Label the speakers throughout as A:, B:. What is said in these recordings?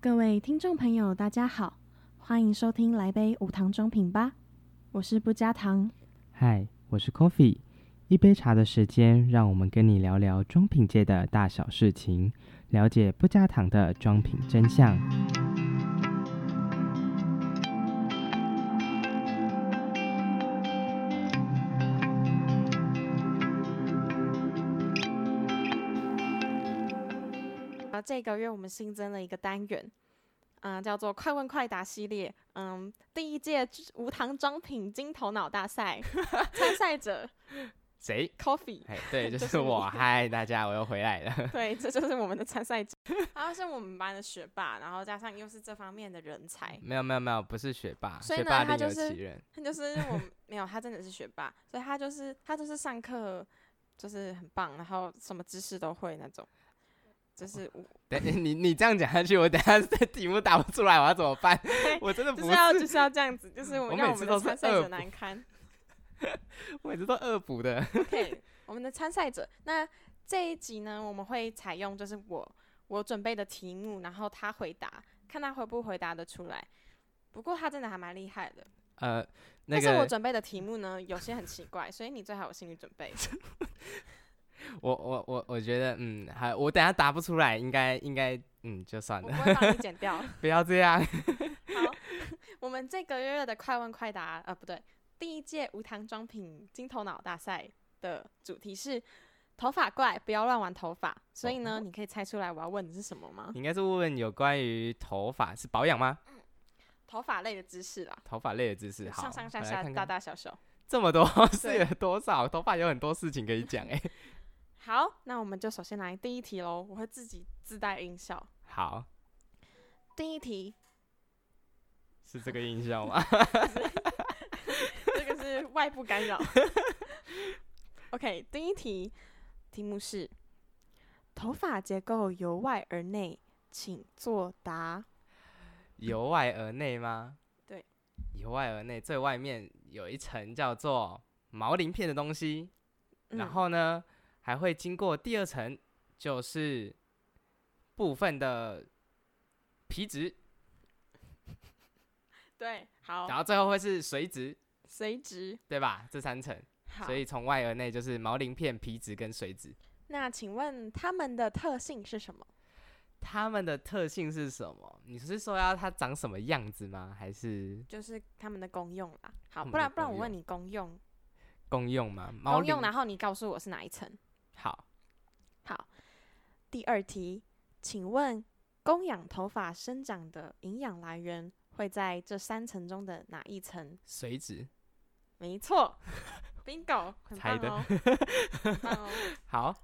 A: 各位听众朋友，大家好，欢迎收听《来杯无糖中品》吧，我是不加糖。
B: 嗨，我是 Coffee，一杯茶的时间，让我们跟你聊聊装品界的大小事情，了解不加糖的装品真相。
A: 啊，这个月我们新增了一个单元，嗯、叫做“快问快答”系列。嗯，第一届无糖装品金头脑大赛参赛者
C: 谁？
A: Coffee，
C: 哎， 对，就
A: 就是是
C: 我。
A: 你
C: 嗨，大家，我又回来了。
A: 对，这就是我们的参赛者， 他是我们班的学霸，然后加上又是这方面的人才，
C: 没有，没有，没有，不是学霸，
A: 所以
C: 学
A: 呢
C: 霸
A: 他
C: 另
A: 就
C: 有
A: 是
C: 其人。
A: 他就是我们 没有，他真的是学霸，所以他就是他就是上课就是很棒，然后什么知识都会那种，就是我
C: 等你，你这样讲下去，我等下这题目答不出来，我要怎么办？我真的
A: 就
C: 不
A: 是，要就是要这样子，就是我
C: 我
A: 们让
C: 每
A: 我
C: 次
A: 们
C: 都
A: 的
C: 是
A: 参赛
C: 恶
A: 者
C: 补
A: 难堪。
C: 我每次都恶补的。
A: OK，我们的参赛者，那这一集呢，我们会采用就是我我准备的题目，然后他回答，看他回不回答得出来。不过他真的还蛮厉害的，
C: 呃，那
A: 但是我
C: 个，
A: 准备的题目呢，有些很奇怪，所以你最好有心理准备。
C: 我，我，我，我觉得，嗯，还我等下答不出来，应该，应该，嗯，就算
A: 我
C: 了，
A: 不会帮你剪掉。
C: 不要这样。
A: 好，我们这个月的快问快答，呃，不对，第一届无糖装品金头脑大赛的主题是头发怪，不要乱玩头发。所以
C: 哦
A: 呢，你可以猜出来我要问的是什么吗
C: 你？应该是问有关于头发是保养吗？
A: 嗯头发类的知识啦，
C: 头发类的知识，好，
A: 上上下
C: 我来
A: 下，
C: 看
A: 大
C: 看
A: 大小小。
C: 这么多
A: 对
C: 是有多少？头发有很多事情可以讲 哎。
A: 好，那我们就首先来第一题喽，我会自己自带音效。
C: 好，
A: 第一题，
C: 是这个印象吗？
A: 这个是外部干 扰。OK，第一题题目是：头发结构由外而内，请作答。
C: 由外而内吗？
A: 对，
C: 由外而内，最外面有一层叫做毛鳞片的东西，
A: 嗯
C: 然后呢，还会经过第二层，就是部分的皮质，
A: 对，好，
C: 然后最后会是髓质，
A: 随职。
C: 对吧？这三层，
A: 好，
C: 所以从外而内就是毛鳞片、皮质跟髓质。
A: 那请问它们的特性是什么？
C: 它们的特性是什么？你是说要它长什么样子吗？还是
A: 就是它们的功用啦。
C: 它
A: 好，
C: 们
A: 不然
C: 的
A: 不然
C: 功
A: 我问你功用，
C: 公用吗？毛
A: 嗯功
C: 鳞
A: 用，然后你告诉我是哪一层。
C: 好，
A: 好，第二题，请问供养头发生长的营养来源会在这三层中的哪一层？
C: 髓质。
A: 没 错，bingo，很
C: 猜
A: 棒
C: 的
A: 哦，很棒哦。
C: 好，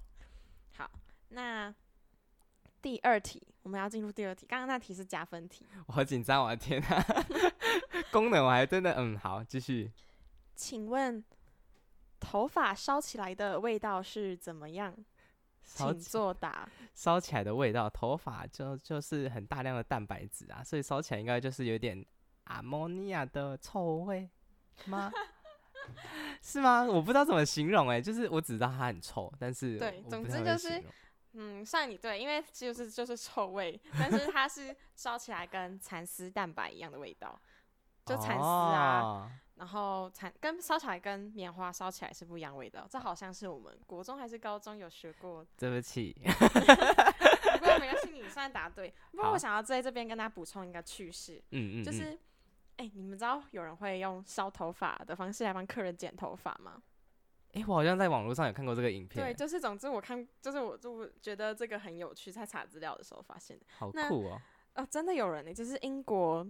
A: 好，那第二题，我们要进入第二题。刚刚那题是加分题，
C: 我好紧张，我的天 啊！功能我还真的嗯，好，继续。
A: 请问头发烧起来的味道是怎么样？
C: 烧
A: 请
C: 起
A: 作答。
C: 烧起来的味道，头发就就是很大量的蛋白质啊，所以烧起来应该就是有点阿莫尼亚的臭味吗？ 是吗？我不知道怎么形容哎、就是我只知道它很臭，但是
A: 对
C: 我不
A: 总
C: 太
A: 之
C: 会
A: 就是
C: 形容
A: 嗯，算你对，因为就是就是臭味，但是它是烧起来跟蚕丝蛋白一样的味道，就蚕丝啊，
C: 哦
A: 然后蚕跟烧起来跟棉花烧起来是不一样味道，这好像是我们国中还是高中有学过，
C: 对不起，
A: 不过没关系，你算答对。不过
C: 好
A: 我想要在这边跟大家补充一个趣事，
C: 嗯嗯，
A: 就
C: 嗯
A: 是，哎、你们知道有人会用烧头发的方式来帮客人剪头发吗？
C: 哎、我好像在网络上有看过这个影
A: 对，
C: 片，
A: 就是总之我看，就是我就觉得这个很有趣，在查资料的时候发现的。
C: 好
A: 那
C: 酷哦、
A: 哦，真的有人呢、就是英国，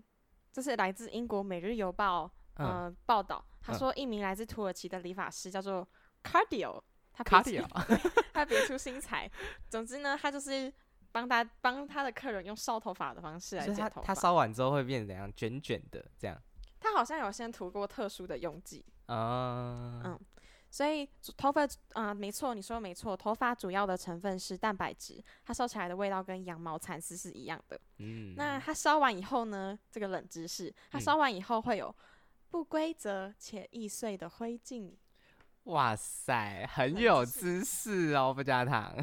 A: 就是来自英国《每日邮报》
C: 嗯，
A: 呃报道，他
C: 嗯
A: 说一名来自土耳其的理发师叫做 Cardio，他别
C: 卡
A: 出
C: 迪 尔，
A: 他别出心裁。总之呢，他就是帮他帮他的客人用烧头发的方式来
C: 所以它
A: 剪头
C: 它
A: 发。
C: 烧完之后会变成怎样？卷卷的这样。
A: 他好像有先涂过特殊的用剂，
C: 啊、
A: 嗯所以主头发啊、呃没错，你说的没错，头发主要的成分是蛋白质，它烧起来的味道跟羊毛、蚕丝是一样的。
C: 嗯
A: 那它烧完以后呢？这个冷知识，它
C: 嗯
A: 烧完以后会有不规则且易碎的灰烬。
C: 哇塞，很
A: 冷
C: 有
A: 知
C: 知 识哦，不加糖。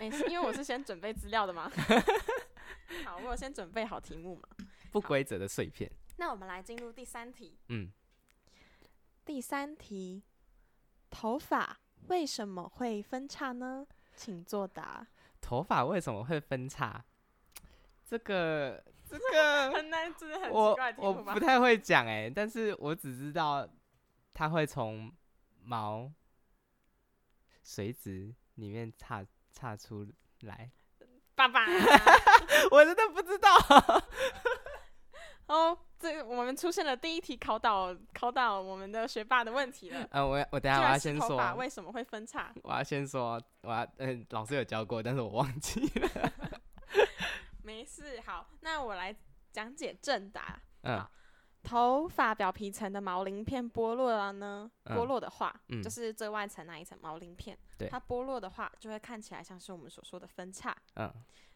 A: 没事，因为我是先准备资料的嘛。好，我有先准备好题目嘛？
C: 不规则的碎片。
A: 那我们来进入第三题。
C: 嗯，
A: 第三题，头发为什么会分叉呢？请作答。
C: 头发为什么会分叉？这个这个
A: 很难，真的很
C: 我我不？太会讲哎、但是我只知道它会从毛垂直里面岔岔出来。
A: 爸爸。
C: 我真的不知道，
A: 哦，这个我们出现了第一题考倒考倒我们的学霸的问 题了。
C: 嗯，我我等一下
A: 居
C: 我
A: 然
C: 要
A: 是
C: 先
A: 头发
C: 说，
A: 为什么会分叉？
C: 我要先说，我要嗯，老师有教过，但是我忘记了。
A: 没事，好，那我来讲解正答。
C: 嗯
A: 好头发表皮层的毛鳞片剥落了呢？
C: 嗯
A: 剥落的话，
C: 嗯
A: 就，是最外层那一层毛鳞片，
C: 对
A: 它剥落的话，就会看起来像是我们所说的分叉。
C: 嗯，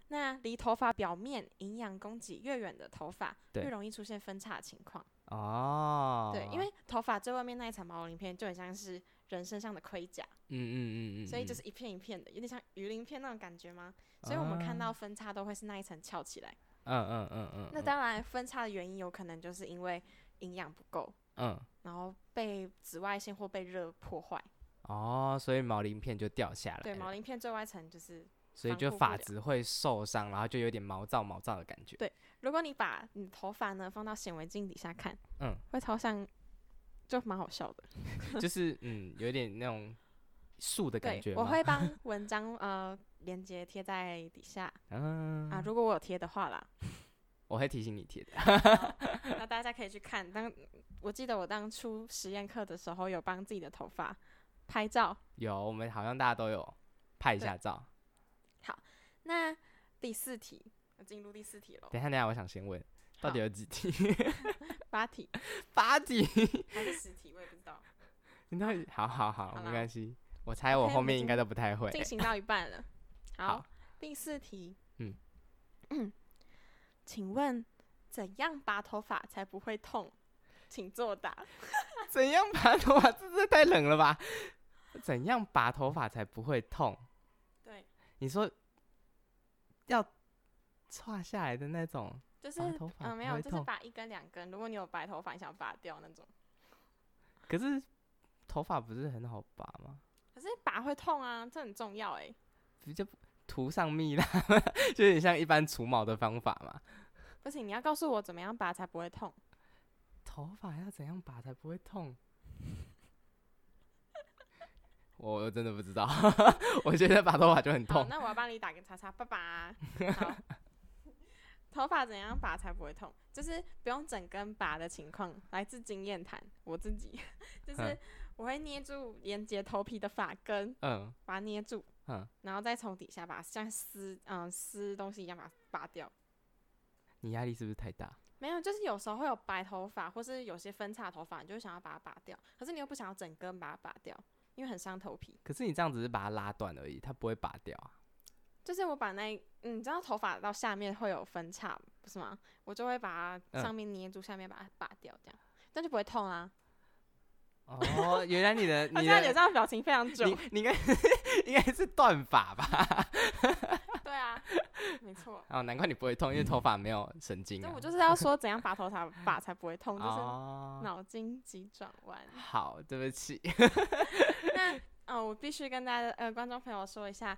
A: 那离头发表面营养供给越远的头发，
C: 对
A: 越容易出现分叉的情况。
C: 哦，
A: 对，因为头发最外面那一层毛鳞片就很像是人身上的盔甲，
C: 嗯嗯嗯嗯，
A: 所以
C: 嗯
A: 就是一片一片的，有点像鱼鳞片那种感觉吗？所以我们看
C: 啊
A: 到分叉都会是那一层翘起来。
C: 嗯嗯嗯嗯，
A: 那
C: 嗯
A: 当然，分叉的原因有可能就是因为营养不够，
C: 嗯
A: 然后被紫外线或被热破坏。
C: 哦，所以毛鳞片就掉下来，
A: 对，毛，鳞片最外层就是，
C: 所以
A: 防
C: 就
A: 护不
C: 发
A: 了
C: 质会受伤，然后就有点毛躁毛躁的感觉。
A: 对如果你把你的头发呢放到显微镜底下看，
C: 嗯，
A: 会超像，就蛮好笑的。
C: 就是嗯，有点那种树的感
A: 对
C: 觉，吗。
A: 我 会帮文章呃链接贴在底下
C: 嗯
A: 啊，如果我有贴的话啦，
C: 我会提醒你贴的。
A: 那大家可以去看。当我记得我当初实验课的时候，有帮自己的头发拍照。
C: 有，我们好像大家都有拍一
A: 对
C: 下照。
A: 那第四题，我进入第四题喽，
C: 等一下等一下，我想先问，到
A: 好
C: 底有几 题？
A: 八题
C: 八题。
A: 还是十题，我也不知道。
C: 你到底好好好，
A: 好
C: 没
A: 啦
C: 关系。我猜
A: OK，
C: 我
A: 我
C: 后
A: 们
C: 面
A: 进
C: 应该都不太会。
A: 进行到一半了。好，
C: 好
A: 第四题。
C: 嗯
A: 请问怎样拔头发才不会痛？请作答。
C: 怎样拔头发？ 这这太冷了吧？怎样拔头发才不会痛？
A: 对，
C: 你说要歘下来的那种，
A: 就是
C: 拔
A: 嗯、
C: 头发
A: 没
C: 不
A: 有，
C: 会
A: 就是
C: 痛
A: 拔一根两根。如果你有白头发，你想拔掉那种，
C: 可是头发不是很好拔吗？
A: 可是拔会痛啊，这很重要哎、
C: 直接涂上蜜蜡， 就有点像一般除毛的方法嘛。
A: 不行，你要告诉我怎么样拔才不会痛。
C: 头发要怎样拔才不会痛？ 我真的不知道， 我觉得拔头发就很
A: 好，
C: 痛。
A: 那我要帮你打个叉叉，爸 爸。好头发怎样拔才不会痛？就是不用整根拔的情况，来自经验谈。我自己 就是
C: 嗯
A: 我会捏住连接头皮的发根，
C: 嗯
A: 把它捏住，
C: 嗯，
A: 然后再从底下把它像撕嗯撕东西一样把它拔掉。
C: 你压力是不是太大？
A: 没有，就是有时候会有白头发，或是有些分叉头发，你就会想要把它拔掉，可是你又不想要整根把它拔掉，因为很伤头皮。
C: 可是你这样只是把它拉断而已，它不会拔掉啊。
A: 就是我把那一，嗯，你知道头发到下面会有分叉，不是吗？我就会把它
C: 嗯
A: 上面捏住，下面把它拔掉，这样，但就不会痛啊。
C: 哦，原来你的
A: 他
C: 你
A: 现在脸
C: 的
A: 上的表情非常
C: 你
A: 久。
C: 你应该 应该是断发吧？
A: 对啊，没错。
C: 哦，难怪你不会痛，因为头发没有神经
A: 那
C: 啊。
A: 我就是要说怎样拔头发拔才不会痛，就是
C: 哦，
A: 脑筋急转弯。
C: 好，对不起，
A: 那呃，我必须跟大家呃观众朋友说一下，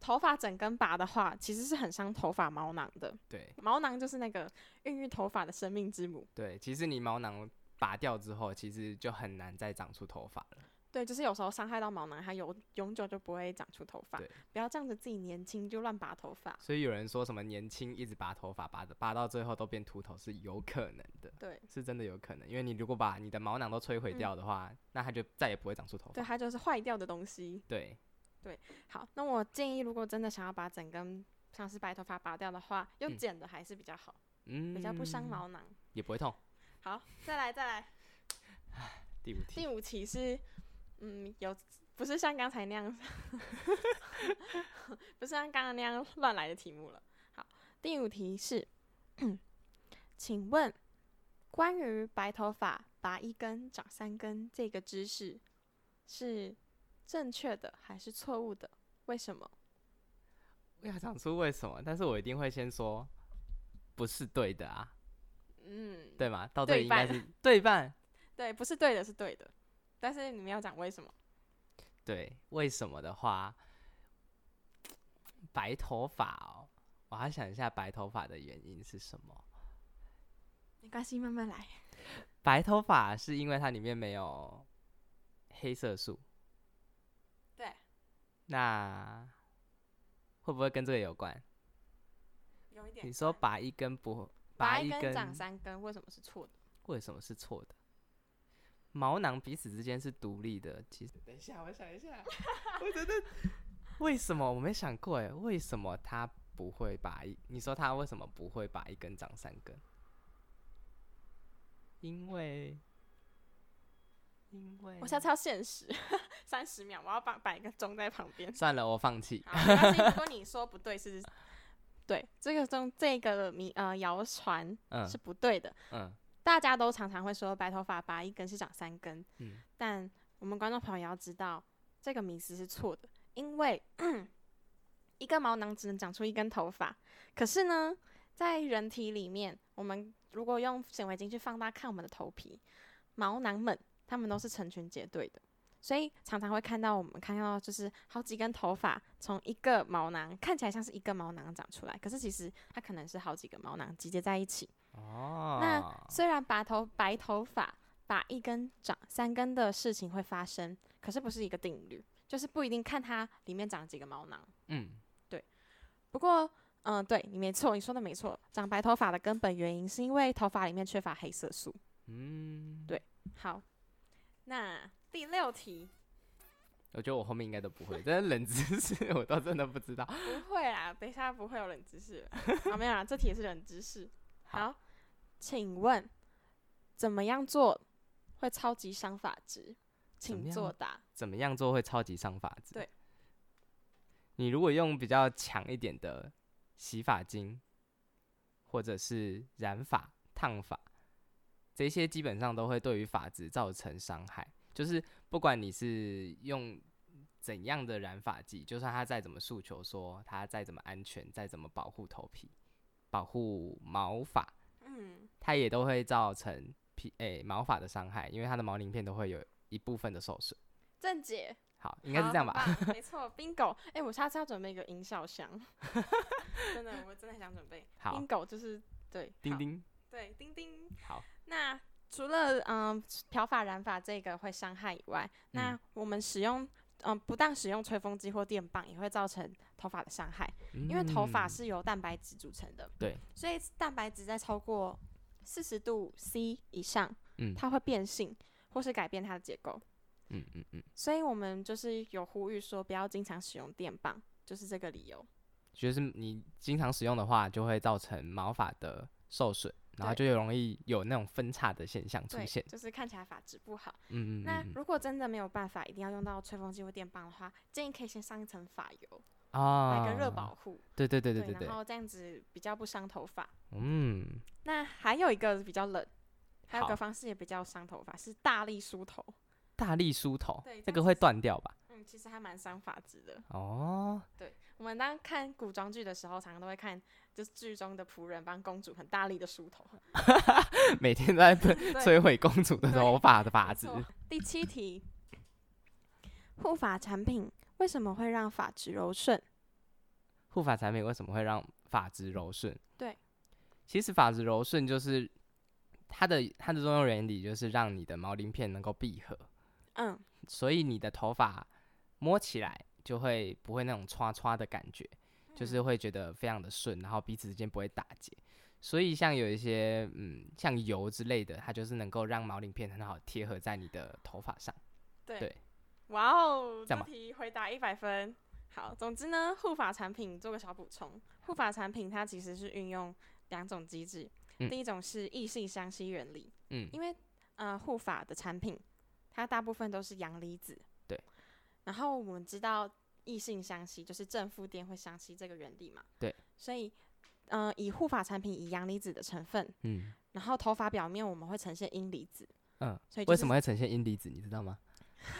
A: 头发整根拔的话，其实是很伤头发毛囊的。
C: 对
A: 毛囊就是那个孕育头发的生命之母，
C: 对，其实你毛囊拔掉之后，其实就很难再长出头发了。
A: 对，就是有时候伤害到毛囊，它永永久就不会长出头发
C: 对。
A: 不要仗着自己年轻就乱拔头发。
C: 所以有人说什么年轻一直拔头发，拔的拔到最后都变秃头是有可能的，
A: 对，
C: 是真的有可能。因为你如果把你的毛囊都摧毁
A: 嗯
C: 掉的话，那它就再也不会长出头
A: 对，
C: 发。
A: 它就是坏掉的东西。
C: 对，
A: 好，那我建议，如果真的想要把整根像是白头发拔掉的话，用
C: 嗯
A: 剪的还是比较好，
C: 嗯，
A: 比较不伤，毛囊。
C: 也不会痛。
A: 好，再来再来，
C: 第五题，
A: 第五题是，嗯，有不是像刚才那样， 不是像刚刚那样乱来的题目了。好，第五题是， 请问关于白头发拔一根长三根这个知识是正确的还是错误的？为什么？
C: 我要讲出为什么，但是我一定会先说不是对的啊，
A: 嗯，
C: 对吗？到
A: 对
C: 这
A: 一
C: 应该
A: 半
C: 是对半，
A: 对，不是对的，是对的，但是你们要讲为什么？
C: 对，为什么的话，白头发哦，我还想一下白头发的原因是什么。
A: 没关系，慢慢来。
C: 白头发是因为它里面没有黑色素，
A: 对，
C: 那会不会跟这个有关？
A: 有一点。
C: 你说拔一根不
A: 拔
C: 一
A: 根
C: 根
A: 长三根，为什么是错的？
C: 为什么是错的？毛囊彼此之间是独立的。其实，等一下，我想一下， 我真的为什么我没想过哎？为什么它不会拔一？你说它为什么不会拔一根长三根？因为，因为
A: 我下次要限时三十秒，我要把摆一个钟在旁 边。
C: 算了，我放弃。
A: 好，没关系。如果你说不对是，对这个中这个迷呃谣传
C: 嗯
A: 是不对的。
C: 嗯，
A: 大家都常常会说白头发拔一根是长三根，
C: 嗯
A: 但我们观众朋友要知道这个迷思是错的，因为一个毛囊只能长出一根头发，可是呢，在人体里面，我们如果用显微镜去放大看我们的头皮，毛囊们它们都是成群结队的。所以常常会看到我们看到就是好几根头发从一个毛囊看起来像是一个毛囊长出来，可是其实它可能是好几个毛囊集结在一起。
C: 哦，
A: 虽然拔头白头发拔一根长三根的事情会发生，可是不是一个定律，就是不一定看它里面长几个毛囊。
C: 嗯，
A: 不过，嗯、对你没错，你说的没错，长白头发的根本原因是因为头发里面缺乏黑色素。
C: 嗯，
A: 对好，那第六题
C: 我觉得我后面应该都不会，但是冷知识我倒真的不知道。
A: 不会啦，等一下不会有冷知识了啊，没有啦，这题也是冷知识。
C: 好
A: 好，请问怎么样做会超级伤发质？
C: 么
A: 请
C: 样
A: 作答。
C: 怎么样做会超级上发质？
A: 对，
C: 你如果用比较强一点的洗发精，或者是染发、烫发，这些基本上都会对于发质造成伤害。就是不管你是用怎样的染发剂，就算它再怎么诉求说它再怎么安全，再怎么保护头皮、保护毛发，
A: 嗯。
C: 它也都会造成皮诶、毛发的伤害，因为它的毛鳞片都会有一部分的受损。
A: 正解，
C: 好，应该是这样吧？
A: 好？很棒没错，bingo。哎、我下次要准备一个音效箱， 真的，我真的很想准备。
C: 好，
A: bingo 就是对，
C: 叮
A: 好，
C: 叮，
A: 对，叮叮。
C: 好，
A: 那除了嗯漂发、染发这个会伤害以外，那我们使用嗯不当使用吹风机或电棒也会造成头发的伤害，因为头发
C: 嗯
A: 是由蛋白质组成的，
C: 对，
A: 所以蛋白质在超过四十度 C 以上，
C: 嗯
A: 它会变性或是改变它的结构。
C: 嗯嗯嗯，
A: 所以我们就是有呼吁说，不要经常使用电棒，就是这个理由。
C: 就是你经常使用的话，就会造成毛发的受损，然后就
A: 对
C: 容易有那种分叉的现象出
A: 对，
C: 现。
A: 就是看起来发质不好。
C: 嗯嗯
A: 那
C: 嗯
A: 如果真的没有办法，一定要用到吹风机或电棒的话，建议可以先上一层发油，
C: 嗯啊，
A: 买个热保护，
C: 对对对对对对
A: 然，后这样子比较不伤头发。
C: 嗯，
A: 那还有一个比较冷，还有
C: 好
A: 个方式也比较伤头发，是大力梳头。
C: 大力梳头
A: 对，这
C: 那
A: 样
C: 个
A: 子
C: 会
A: 是
C: 断掉吧？
A: 嗯，其实还蛮伤发质的。
C: 哦，
A: 我们当看古装剧的时候，常常都会看，就是剧中的仆人帮公主很大力的梳头。
C: 每天都在
A: 对
C: 摧毁公主的
A: 对
C: 头发的发
A: 没
C: 质。
A: 错第七题，护发产品为什么会让发质柔顺？
C: 护发产品为什么会让发质柔顺？
A: 对，
C: 其实发质柔顺就是它的它的作用原理就是让你的毛鳞片能够闭合，
A: 嗯，
C: 所以你的头发摸起来就会不会那种歘歘的感觉，
A: 嗯
C: 就是会觉得非常的顺，然后彼此之间不会打结。所以像有一些嗯，像油之类的，它就是能够让毛鳞片很好贴合在你的头发上。
A: 对
C: 对
A: 哇哦，
C: 这
A: 这
C: 样吧
A: 题回答一百分。好，总之呢，护发产品做个小补充，护发产品它其实是运用两种机制，
C: 嗯
A: 第一种是异性相吸原理，
C: 嗯
A: 因为呃护发的产品它大部分都是阳离子，
C: 对。
A: 然后我们知道异性相吸就是正负电会相吸这个原理嘛，
C: 对。
A: 所以呃以护发产品以阳离子的成分，
C: 嗯
A: 然后头发表面我们会呈现阴离子，
C: 嗯，
A: 所以、就是、
C: 为什么会呈现阴离子，你知道吗？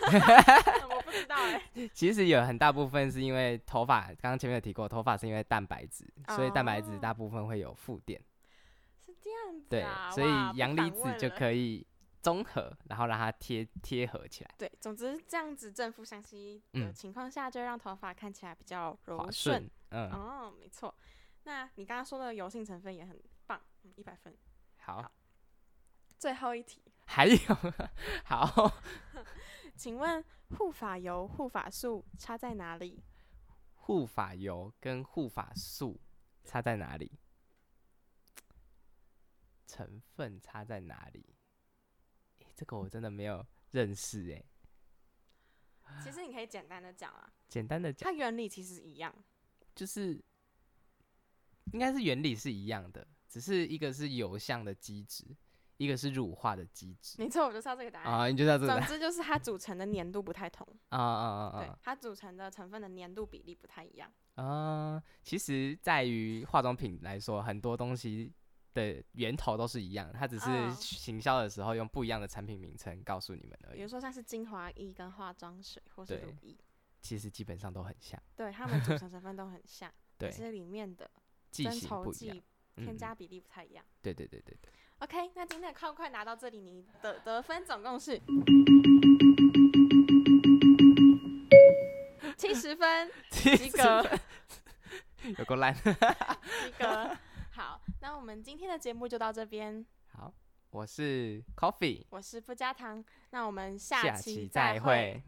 A: 我不不知道哎、
C: 其实有很大部分是因为头发，刚刚前面有提过，头发是因为蛋白质，所以蛋白质
A: 哦
C: 大部分会有负电，
A: 是这样子
C: 对
A: 啊，，
C: 所
A: 哇
C: 以
A: 不
C: 阳
A: 反
C: 离子
A: 问
C: 就
A: 了
C: 可以综合，然后让它贴贴合起来，
A: 对，总之这样子正负相吸的
C: 嗯
A: 情况下，就会让头发看起来比较柔
C: 滑顺。嗯，
A: 哦，没错。那你刚刚说的油性成分也很棒，嗯一百分。
C: 好，
A: 最后一题，
C: 还有 好，
A: 请问护发油、护发素差在哪里？
C: 护发油跟护发素差在哪里？成分差在哪里？诶这个我真的没有认识诶，
A: 其实你可以简单的讲啊，
C: 简单的讲。
A: 它原理其实一样。
C: 就是应该是原理是一样的，只是一个是油相的基质，一个是乳化的基质。
A: 没错，我就知道这个答案。
C: 啊，你就知道这个
A: 总
C: 答
A: 之就是它组成的粘度不太同，
C: 啊啊
A: 对
C: 啊，
A: 它组成的成分的粘度比例不太一样。
C: 啊啊！其实，在于化妆品来说，很多东西的源头都是一样，它只是
A: 嗯
C: 行销的时候用不一样的产品名称告诉你们而
A: 比
C: 已
A: 如。说像是精华液跟化妆水或是
C: 对
A: 乳液，
C: 其实基本上都很像，
A: 对它们组成成分都很像，
C: 对
A: 只，是里面的
C: 剂
A: 增
C: 型
A: 稠
C: 不一样
A: 剂。啊添
C: 嗯
A: 加比例不太一样。
C: 对对对对对，
A: OK，那今天的快快拿到这里，你的得分总 共是七十分，及格，
C: 有够烂。
A: 及格。好，那我们今天的节目就到这边。
C: 好，我是 Coffee，
A: 我是不加糖，那我们
C: 下
A: 下
C: 期
A: 期
C: 再
A: 再会
C: 会。